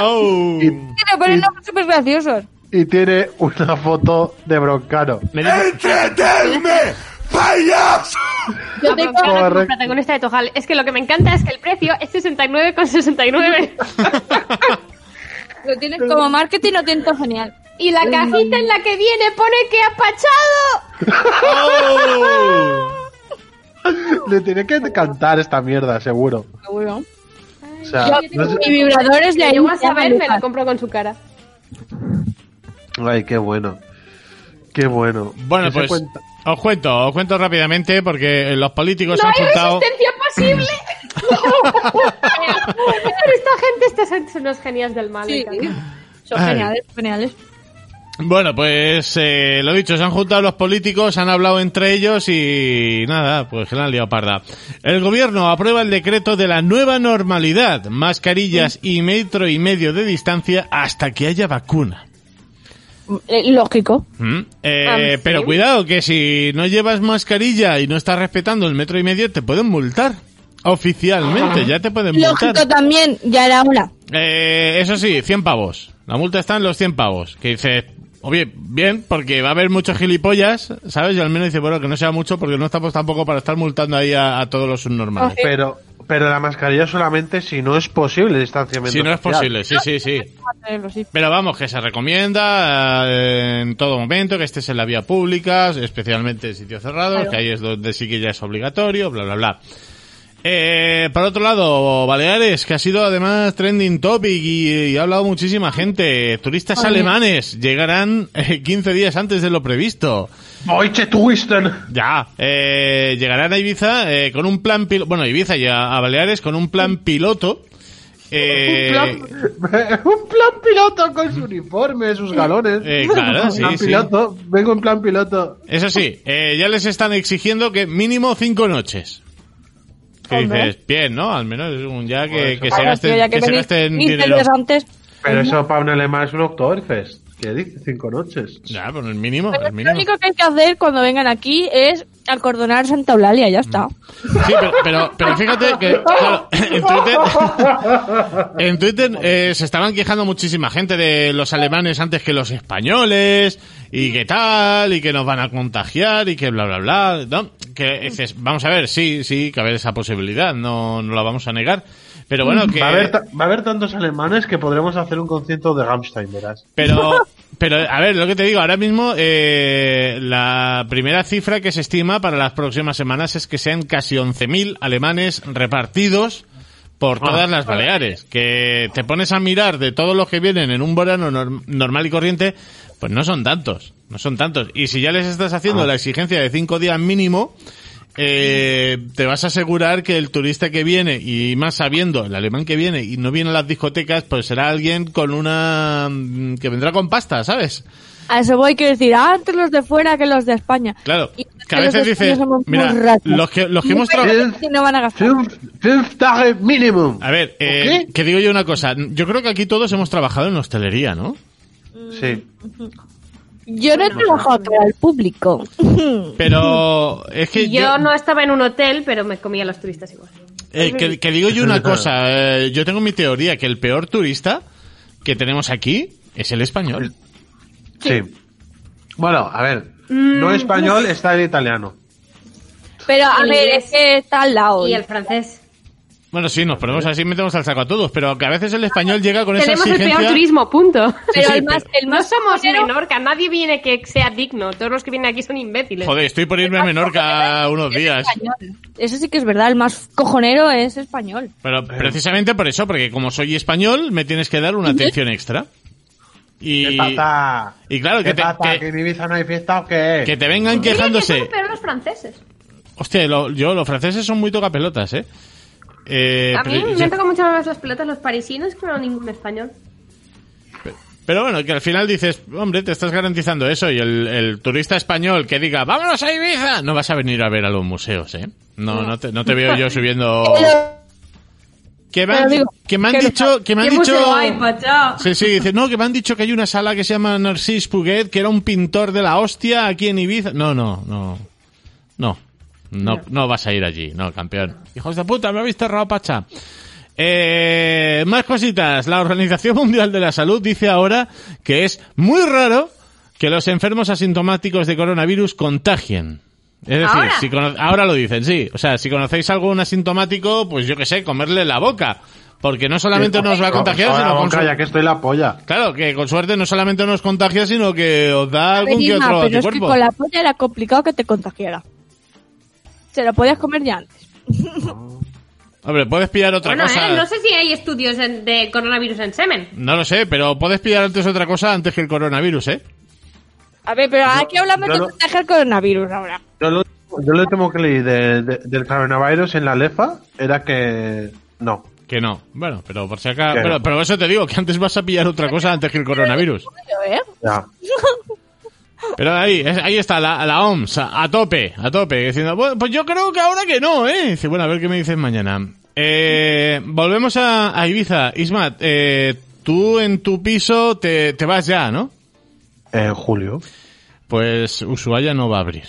oh,
Y,
Sí, me ponen nombres súper graciosos.
y tiene una foto de Broncano.
me dijo-
Yo tengo
Correcto.
ganas como protagonista de Tojal. Es que lo que me encanta es que el precio es 69,69.
Lo tienes como marketing, lo tienes todo genial.
Y la cajita en la que viene pone que apachado.
oh.
Le tiene que cantar esta mierda, seguro.
Seguro.
O sea,
Yo,
no sé-
mi vibrador es de
Le
ahí.
llego a saber, me
Lucas.
lo compro con su cara.
Ay, qué bueno. Qué bueno.
Bueno,
Ese
pues
cuenta-
os cuento, os cuento rápidamente porque los políticos
¡No
han
hay
juntado...
resistencia posible! Pero esta gente, esta gente son los genios del mal.
Sí.
me encanta.
Son
Ay.
geniales, geniales.
Bueno, pues eh, lo dicho, se han juntado los políticos, han hablado entre ellos y nada, pues que la han liado parda. El gobierno aprueba el decreto de la nueva normalidad, mascarillas y metro y medio de distancia hasta que haya vacuna.
Eh, Lógico.
¿Mm? Eh,
Ah, sí.
Pero cuidado, que si no llevas mascarilla y no estás respetando el metro y medio, te pueden multar.
Ah.
Oficialmente, ya te pueden multar.
Lógico también, ya era hora.
Eh, eso sí, 100 pavos. La multa está en los 100 pavos. Que dice, oye, bien, porque va a haber muchos gilipollas, ¿sabes? Y al menos dice, bueno, que no sea mucho porque no estamos tampoco para estar multando ahí a, a todos los subnormales.
Pero, pero la mascarilla solamente si no es posible el distanciamiento.
Si no es
social.
posible, sí, sí, sí. Pero vamos, que se recomienda eh, en todo momento que estés en la vía pública, especialmente en sitios cerrados,
Claro.
que ahí es donde sí que ya es obligatorio, bla, bla, bla. Eh, por otro lado, Baleares, que ha sido además trending topic y, y ha hablado muchísima gente. Turistas
Oye.
alemanes llegarán eh, 15 días antes de lo previsto.
Oiche Twisten.
Ya, eh, llegarán a Ibiza eh, con un plan piloto. Bueno, Ibiza y a, a Baleares con un plan piloto.
Un,
eh,
plan, un plan piloto con su uniforme, sus galones.
Eh, claro, sí,
plan
sí.
piloto. Vengo en plan piloto.
Eso sí, eh, ya les están exigiendo que mínimo cinco noches. Que
Hombre.
dices, bien, ¿no? Al menos es un ya que,
Pues,
que se
Bueno, tío,
gasten,
ya
que se
venís
gasten
15
dinero.
días antes.
Pero eso para un alemán es un Oktoberfest. ¿Qué dice? Cinco noches.
Ya, pero el mínimo,
Pero
el
lo
mínimo.
único que hay que hacer cuando vengan aquí es acordonar Santa Eulalia, ya está.
Sí, pero, pero, pero fíjate que claro, en Twitter, en Twitter eh, se estaban quejando muchísima gente de los alemanes antes que los españoles y que tal, y que nos van a contagiar y que bla, bla, bla. ¿no? Que dices, vamos a ver, sí, sí, que a ver esa posibilidad, no, no la vamos a negar. Pero bueno, que...
Va, a haber ta- va a haber tantos alemanes que podremos hacer un concierto de Rammstein, verás.
Pero, pero a ver, lo que te digo, ahora mismo eh, la primera cifra que se estima para las próximas semanas es que sean casi 11.000 alemanes repartidos por todas las Baleares. Que te pones a mirar de todos los que vienen en un verano norm- normal y corriente, pues no son tantos, no son tantos. Y si ya les estás haciendo la exigencia de cinco días mínimo, eh, te vas a asegurar que el turista que viene, y más sabiendo el alemán que viene y no viene a las discotecas, pues será alguien con una... mm, que vendrá con pasta, ¿sabes?
A eso voy, quiero decir, antes los de fuera que los de España.
Claro.
Y
Que a
los de
veces
España
dices,
somos muy
mira,
ratas.
los que, los que hemos
Pero
trabajado...
tra-
sí, no van a gastar.
Fünf, fünf Tage Minimum.
A ver, eh, que digo yo una cosa. Yo creo que aquí todos hemos trabajado en hostelería, ¿no?
Sí.
Yo no he trabajado para el público.
Pero es que
Y yo, no estaba en un hotel, pero me comía a los turistas igual.
Eh, que, que digo yo una cosa, eh, yo tengo mi teoría que el peor turista que tenemos aquí es el español.
Sí. Bueno, a ver.
Mm,
No español, está el italiano.
Pero a
El
ver,
inglés.
es que está al lado.
Y el francés.
Bueno, sí, nos ponemos así, metemos al saco a todos, pero que a veces el español llega con esa
Tenemos el peor
exigencia.
turismo, punto.
Pero
sí,
el más, el
No
más
somos
culero-
Menorca, nadie viene que sea digno. Todos los que vienen aquí son imbéciles.
Joder, estoy por irme a Menorca unos días.
español. Eso sí que es verdad, el más cojonero es español.
Pero precisamente por eso, porque como soy español, me tienes que dar una atención extra.
¿Qué
Y,
pasa?
y claro, que
¿Qué
te,
pasa?
que-
¿Que en Ibiza no hay fiesta o qué?
que te vengan
Mira que son
quejándose. Eh,
peor los franceses.
Hostia, lo- yo, los franceses son muy tocapelotas, ¿eh? Eh,
a mí
pero-
me han tocado muchas veces las pelotas los parisinos que no ningún español.
Pero bueno, que al final dices, hombre, te estás garantizando eso y el, el turista español que diga, vámonos a Ibiza, no vas a venir a ver a los museos, ¿eh? No, no te, no te veo yo subiendo... Que me
Pero
han,
digo,
que me han
que-
dicho... Que me han
¿Qué
dicho...
museo hay, pues, pachá?
Sí, sí, dice, no, que me han dicho que hay una sala que se llama Narcís Puguet, que era un pintor de la hostia aquí en Ibiza. No, no, no. No. No, no vas a ir allí, no, campeón. Hijos de puta, me habéis cerrado, pacha. Eh, más cositas. La Organización Mundial de la Salud dice ahora que es muy raro que los enfermos asintomáticos de coronavirus contagien. Es decir,
¿Ahora?
si cono- ahora lo dicen, sí. O sea, si conocéis a algún asintomático, pues yo qué sé, comerle la boca. Porque no solamente nos va a contagiar,
Ahora,
sino con
boca,
su-
ya que estoy la polla.
Claro, que con suerte no solamente nos contagia, sino que os da algún que
Verima,
otro
pero es que
anticuerpo.
con la polla era complicado que te contagiara. Se lo podías comer ya antes.
Hombre, puedes pillar otra
Bueno,
cosa.
eh, no sé si hay estudios en- de coronavirus en semen.
No lo sé, pero puedes pillar antes otra cosa antes que el coronavirus, ¿eh?
A ver, pero aquí hablamos
yo
de
no-
contagiar el coronavirus ahora.
Yo lo, yo lo último que leí de- de- del coronavirus en la lefa era que no.
Que no. Bueno, pero por si acaso.
Claro.
Pero, pero eso te digo, que antes vas a pillar otra cosa antes que el coronavirus.
Pero, ¿eh?
Ya.
Pero ahí, es- ahí está la, la OMS, a, a tope, a tope, diciendo, bueno, pues yo creo que ahora que no, ¿eh? Dice, bueno, a ver qué me dices mañana. Eh, volvemos a, a Ibiza. Ismat, eh, tú en tu piso te, te vas ya, ¿no?
En eh, julio.
Pues Ushuaia no va a abrir.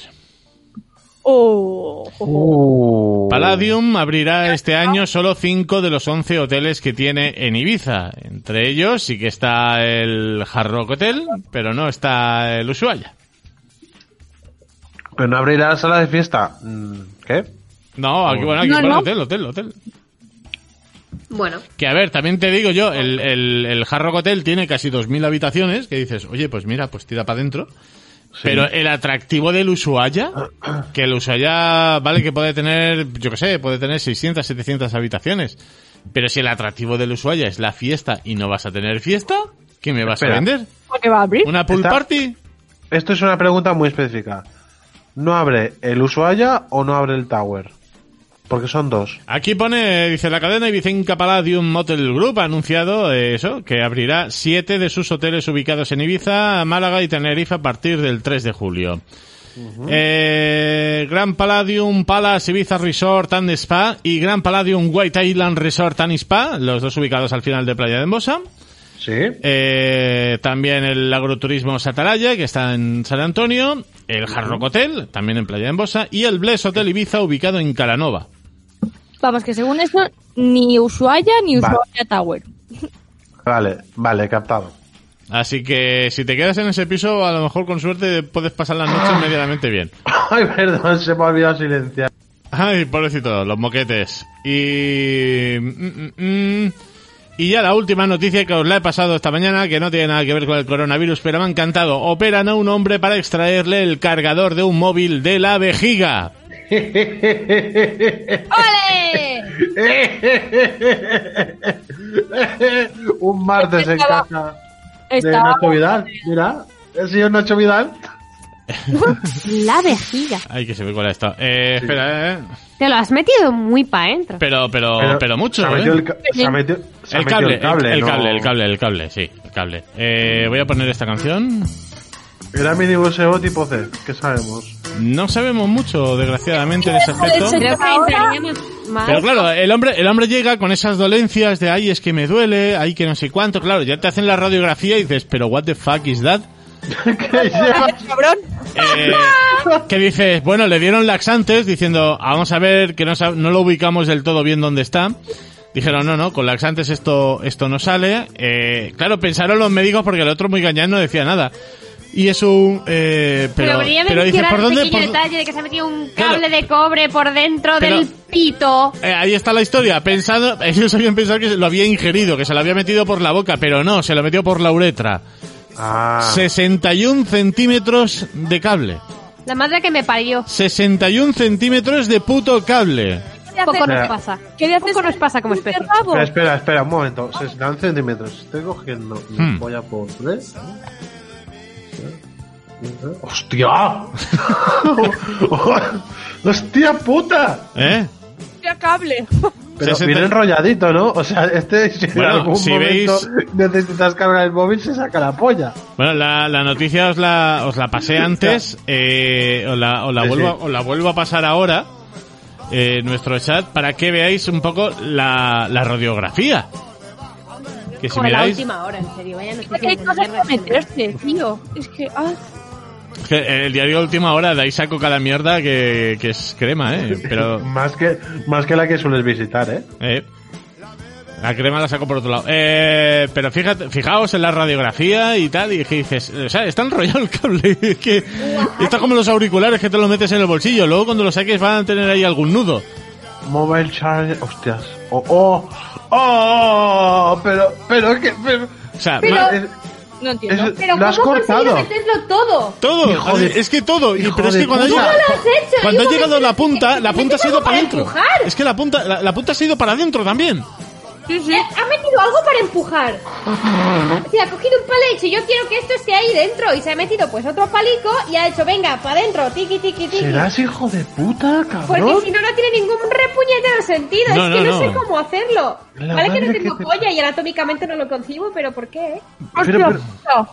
Oh, jo, jo.
Uh. Palladium abrirá este año solo 5 de los 11 hoteles que tiene en Ibiza. Entre ellos sí que está el Hard Rock Hotel, pero no está el Ushuaia.
Pero no abrirá la sala de fiesta. Mm, ¿Qué?
No, aquí, bueno, aquí
No,
pone
no.
hotel, hotel, hotel.
Bueno,
Que a ver, también te digo yo, el, el, el Hard Rock Hotel tiene casi 2.000 habitaciones, que dices, oye, pues mira, pues tira para adentro. Pero el atractivo del Ushuaia, que el Ushuaia, vale, que puede tener, yo qué sé, puede tener 600, 700 habitaciones. Pero si el atractivo del Ushuaia es la fiesta y no vas a tener fiesta, ¿qué me vas
Espera.
a vender?
Porque va a abrir.
¿Una pool
Está-
party?
Esto es una pregunta muy específica. ¿No abre el Ushuaia o no abre el Tower? Porque son dos.
Aquí pone, dice la cadena Ibicenca Palladium Motel Group ha anunciado eh, eso, que abrirá siete de sus hoteles ubicados en Ibiza, Málaga y Tenerife a partir del 3 de julio. Eh, Gran Palladium Palace Ibiza Resort and Spa y Gran Palladium White Island Resort and Spa, los dos ubicados al final de Playa de Embosa.
¿Sí?
Eh, también el agroturismo Satalaya, que está en San Antonio. El Hard Rock Hotel, también en Playa de Embosa. Y el Bless Hotel Ibiza, ubicado en Calanova.
Vamos, que según esto, ni Ushuaia ni
Vale.
Ushuaia Tower.
Vale, vale, captado.
Así que si te quedas en ese piso, a lo mejor con suerte puedes pasar la noche medianamente bien.
Ay, perdón, se me ha olvidado silenciar.
Ay, pobrecito, los moquetes. Y... mm, mm, mm. Y ya la última noticia que os la he pasado esta mañana, que no tiene nada que ver con el coronavirus, pero me ha encantado. Operan a un hombre para extraerle el cargador de un móvil de la vejiga.
¡Ole!
Un martes en
Estaba-
casa de
Estaba-
Nacho Vidal. Mira, el señor Nacho Vidal.
La vejiga.
Ay, que se ve cuál es esta. Eh, espera, eh.
Te lo has metido muy pa' dentro.
Pero, pero, Oh, pero, mucho,
Se ha metido
¿eh?
el, ca- se ha metido- se ha
El
metido
cable,
el cable,
el, el
¿no?
cable, el cable, el cable, sí, el cable. Eh, voy a poner esta canción.
Gran minibuseo E tipo C, ¿qué sabemos?
No sabemos mucho, desgraciadamente, de ese aspecto.
Creo que
Ahora-
entraríamos más.
Pero claro, el hombre, el hombre llega con esas dolencias de ay, es que me duele, ay, que no sé cuánto. Claro, ya te hacen la radiografía y dices, pero what the fuck is that?
¿Qué llevas?
Cabrón.
Eh, que dices, bueno, le dieron laxantes diciendo, vamos a ver que no, sab- no lo ubicamos del todo bien dónde está. Dijeron, no, no, con laxantes esto, esto no sale. Eh, claro, pensaron los médicos porque el otro muy gañán no decía nada. Y es un... Eh, pero
debería
pero dices,
mencionar
¿por
el
dónde?
pequeño
por-
detalle de que se ha metido un
Claro.
cable de cobre por dentro
Pero-
del pito.
Eh, ahí está la historia. Pensado, ellos habían pensado que se lo había ingerido, que se lo había metido por la boca, pero no, se lo metió por la uretra.
Ah,
61 centímetros de cable.
La madre que me parió.
61 centímetros de puto cable.
Poco
Espera.
nos pasa.
¿Qué le haces
Poco nos pasa como especie.
rabo?
espera, espera, espera, un momento. 60 centímetros. Estoy cogiendo
Hmm.
mi polla por tres. ¡Hostia! ¡Hostia puta!
¿Eh?
Hostia, cable.
Pero
60
viene enrolladito, ¿no? O sea, este si en
Bueno,
algún
si
momento
veis-
necesitas cargar el móvil, se saca la polla.
Bueno, la, la noticia os la, os la pasé antes, eh, os, la, os la
Sí,
vuelvo,
sí.
a- os la vuelvo a pasar ahora, eh, en nuestro chat, para que veáis un poco la, la radiografía. Que si
Como la
miráis,
última hora, en serio. Vaya, nos
¿Qué
pusimos
cosas para
mierda.
meterte, tío? Es que, ah,
es que eh, el diario Última Hora, de ahí saco cada mierda que, que es crema, ¿eh? Pero
Más que, más que la que sueles visitar, ¿eh?
Eh, la crema la saco por otro lado. Eh, pero fíjate, fijaos en la radiografía y tal, y que dices, o sea, está enrollado el cable. es que está como los auriculares que te los metes en el bolsillo. Luego cuando los saques van a tener ahí algún nudo.
Mobile charge. Hostias. Oh, oh, oh, pero, pero, que, pero,
O sea,
Pero-
va-
es-
no entiendo.
es-
Pero
lo has
¿cómo has conseguido
cortado.
meterlo todo?
todo,
Hijo de-
es que todo. Y,
hijo
pero es
de
que cuando,
puta.
llega-
¿Cómo lo
has hecho?
cuando
Hay
ha
un
llegado
momento
la punta,
que
la
te
punta
metes
se ha ido
algo
para
para
adentro.
empujar.
Es que la punta, la, la punta se ha ido para adentro también.
Sí, sí.
Eh, Ha metido algo para empujar. O sea, ha cogido un palete y ha dicho, yo quiero que esto esté ahí dentro. Y se ha metido pues otro palico y ha hecho, venga, para adentro, tiki, tiki, tiki.
¿Serás hijo de puta,
Porque
cabrón?
si no, no tiene ningún repuñetero sentido.
No,
es que
no,
no,
no.
sé cómo hacerlo.
La
vale que no
madre
tengo
que te-
polla y anatómicamente no lo concibo, pero ¿por
eh?
qué?
Pero, pero-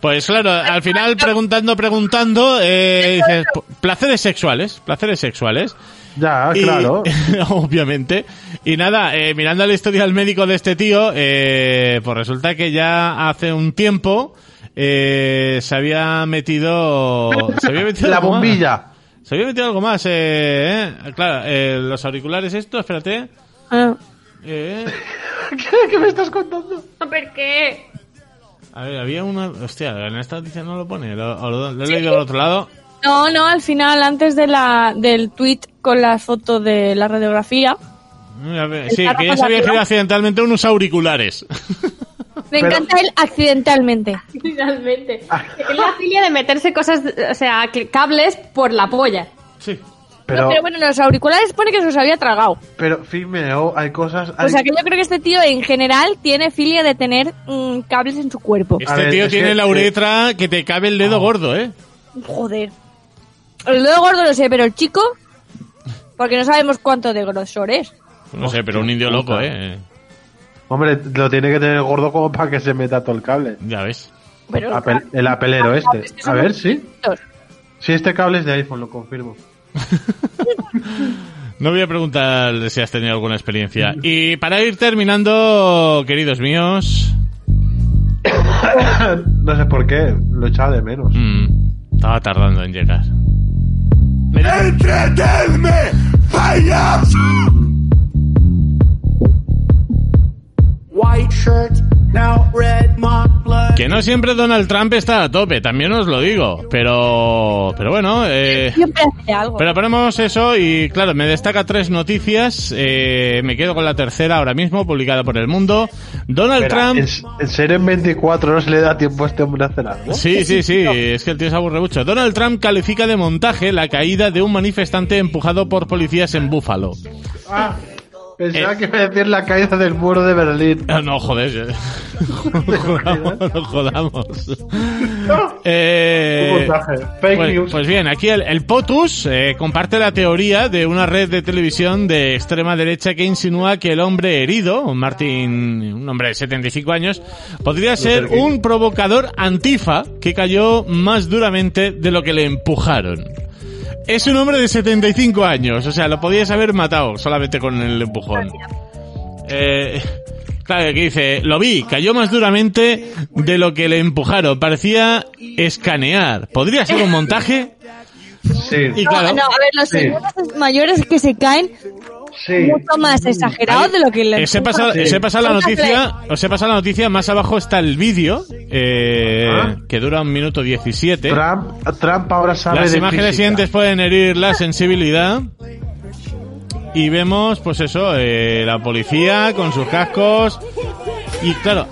Pues claro, al final preguntando, preguntando, eh, dices, placeres sexuales, placeres sexuales.
ya,
Y-
Ah, claro.
obviamente. Y nada, eh, mirando la historia del médico de este tío, eh, pues resulta que ya hace un tiempo eh, se había metido... Se había metido
La
algo más.
bombilla.
Se había metido algo más. Eh, eh. Claro, eh, los auriculares estos, espérate.
Ah.
Eh,
¿Qué, qué me estás contando?
¿Por qué?
a ver, había una... Hostia, en esta noticia no lo pone. Lo, o lo- lo he leído al otro lado.
No, no, al final, antes de la, del tweet con la foto de la radiografía,
Mm, A ver, Sí,
párrafo
que ya
de
se había
arriba.
girado accidentalmente unos auriculares.
Me
Pero-
encanta él accidentalmente.
Realmente.
Ah.
Es la filia de meterse cosas, o sea, que- cables por la polla.
Sí.
Pero,
No, pero bueno, los auriculares pone que se los había tragado.
pero Fimeo, hay cosas.
O
hay-
sea que yo creo que este tío en general tiene filia de tener mm, cables en su cuerpo.
A
Este
ver,
tío
es
tiene
que- Oh.
la uretra que te cabe el dedo gordo, ¿eh?
Joder. El dedo gordo lo sé, pero el chico, porque no sabemos cuánto de grosor es.
No sé, pero un indio loco,
puta.
¿eh?
Hombre, lo tiene que tener gordo como para que se meta todo el cable.
Ya ves.
Pero
Apel- el apelero este.
Estos
A
son
ver,
los
sí.
chiquitos.
Sí, este cable es de iPhone, lo confirmo.
No voy a preguntar si has tenido alguna
Mm.
experiencia. Y para ir terminando, queridos míos...
no sé por qué, lo echaba de menos.
mm, estaba tardando en llegar.
¡Eh!
¡Entretenme, payaso! White shirt, now red, my blood.
Que no siempre Donald Trump está a tope, también os lo digo. Pero... Pero bueno, eh...
Siempre hace algo.
Pero ponemos eso y claro, me destaca tres noticias. eh, me quedo con la tercera ahora mismo, publicada por El Mundo. Donald
Espera,
Trump...
¿en, en serio en 24 horas le da tiempo a este hombre a hacer algo?
Sí, sí, sí, es que el tío se aburre mucho. Donald Trump califica de montaje la caída de un manifestante empujado por policías en Búfalo.
Ah, pensaba que iba a decir la caída del muro de Berlín.
Ah, No, joder, no jodamos. no jodamos. Eh,
Un montaje, fake
pues,
news.
pues bien, aquí el, el POTUS eh, comparte la teoría de una red de televisión de extrema derecha que insinúa que el hombre herido, Martin, un hombre de 75 años, podría ser
King.
un provocador antifa que cayó más duramente de lo que le empujaron. Es un hombre de 75 años, o sea, lo podías haber matado solamente con el empujón. Eh, claro, aquí dice, lo vi, cayó más duramente de lo que le empujaron. Parecía escanear. ¿Podría ser un montaje?
Sí,
Y
No,
claro,
no, a ver, los
Sí.
señores mayores que se caen
sí.
mucho más exagerados de lo que les
os he Eh, pasado, os he pasado la
Son unas
noticia, os he pasado la noticia, más abajo está el vídeo, eh,
Ah.
que dura un minuto 17.
Trump, Trump ahora sabe
Las
de
imágenes
física.
siguientes pueden herir la sensibilidad. Y vemos, pues eso, eh, la policía con sus cascos. Y claro,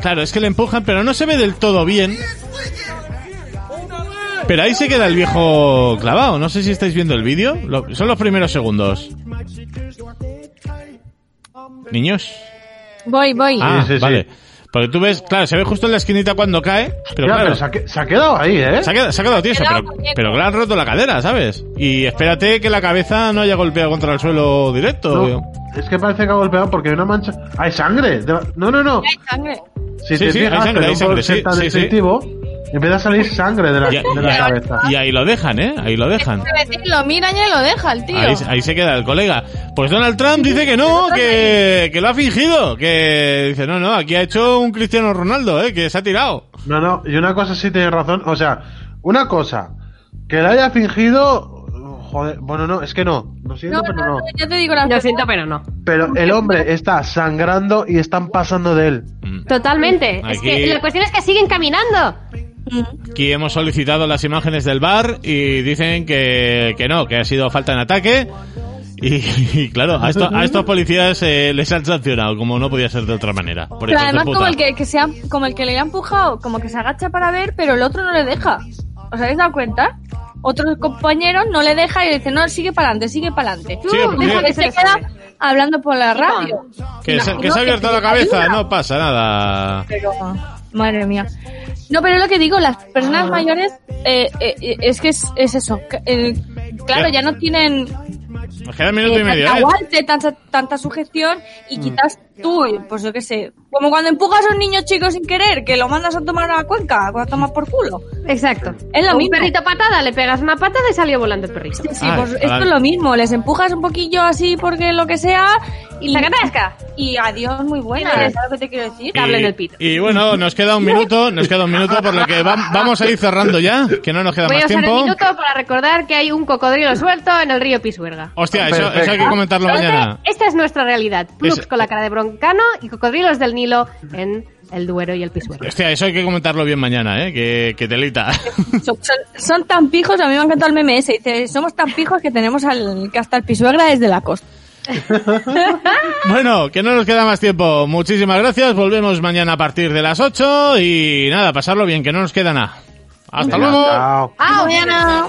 claro, es que le empujan, pero no se ve del todo bien. Pero ahí se queda el viejo clavado. No sé si estáis viendo el vídeo. Lo- son los primeros segundos. Niños.
Voy, voy.
Ah,
sí, sí.
vale. Porque tú ves, claro, se ve justo en la esquinita cuando cae. Pero
Mira,
claro,
pero se, ha, que- se ha quedado ahí, ¿eh?
se ha quedado, se ha quedado tieso,
quedado
pero,
muñeco.
pero que le han roto la cadera, ¿sabes? Y espérate que la cabeza no haya golpeado contra el suelo directo. tío.
No, es que parece que ha golpeado porque hay una mancha. ¡Hay sangre! De- No, no, no.
Ay, sangre.
Si
Sí,
te
sí, hay
fijas,
sangre,
pero
hay
un
sangre,
golpe
sí,
tan
sí, sí.
instintivo, empieza a salir sangre de la,
Y, y-
de la cabeza.
y ahí lo dejan, ¿eh? Ahí lo dejan.
Es decir, Lo miran y lo deja el tío.
Ahí, ahí se queda el colega. Pues Donald Trump dice que no, que, que lo ha fingido. Que dice, no, no, aquí ha hecho un Cristiano Ronaldo, ¿eh? Que se ha tirado.
No, no, y una cosa sí tiene razón. O sea, una cosa, que la haya fingido. Joder, bueno, no, es que no. Lo
No,
siento,
no,
pero
no,
no.
yo te digo la
Lo
verdad.
siento, pero no.
Pero el hombre está sangrando y están pasando de él.
Mm.
Totalmente.
Aquí-
Es que la cuestión es que siguen caminando.
Aquí hemos solicitado las imágenes del bar y dicen que, que no, que ha sido falta en ataque. Y, y claro, a, esto- a estos policías eh, les han sancionado, como no podía ser de otra manera. Por
Pero
hijos de
además como
puta.
el que, que se ha- como el que le ha empujado, como que se agacha para ver, pero el otro no le deja. ¿Os habéis dado cuenta? Otro compañero no le deja y le dice, no, sigue para adelante, sigue para adelante.
Tú,
Sí, porque-
deja que
se
se
queda
quede.
hablando por la radio.
Que se,
No,
que se ha
no,
abierto
que
la
te
cabeza,
ayuda.
no pasa nada.
Pero, madre mía. No, pero es lo que digo, las personas mayores, eh, eh, eh, es que es, es eso. que, eh, claro,
Ya.
ya no tienen
Nos queda minuto y
eh,
medio,
tanta
¿eh? Mm.
aguante, tanta, tanta sujeción y quizás tú, eh, pues yo qué sé, como cuando empujas a un niño chico sin querer, que lo mandas a tomar a la cuenca, a tomar por culo.
Exacto.
Es lo
A un
mismo.
perrito patada, le pegas una patada y salió volando el perrito.
Sí, sí,
Ay,
pues esto
Ah, vale.
es lo mismo, les empujas un poquillo así porque lo que sea y
¡Zacatasca!
Y adiós, muy buena,
Sí.
¿sabes lo que te quiero decir?
cable en el pito.
y bueno, nos queda un minuto, nos queda un minuto, por lo que vam- vamos a ir cerrando ya, que no nos queda
Voy a
más
usar el
tiempo.
minuto para recordar que hay un cocodrilo suelto en el río Pisuerga.
Hostia, eso,
Perfecto.
eso hay que comentarlo
Entonces,
mañana.
Esta es nuestra realidad. Plux
Es-
con la cara de broncano y cocodrilos del Nilo en el Duero y el Pisuerga.
Hostia, eso hay que comentarlo bien mañana, ¿eh? Que, que telita.
Son, son- son tan pijos, a mí me ha encantado el meme ese, dice, somos tan pijos que tenemos al, que hasta el pisuegra desde la costa.
Bueno, que no nos queda más tiempo. Muchísimas gracias. Volvemos mañana a partir de las 8 y nada, pasarlo bien, que no nos queda nada. Hasta
Venga,
luego.
chao.
¡Ah, mañana!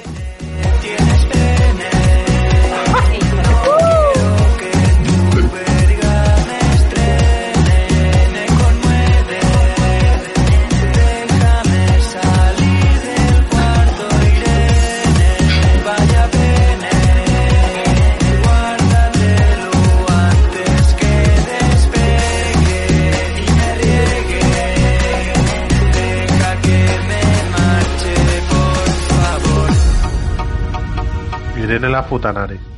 Irene la Futanari.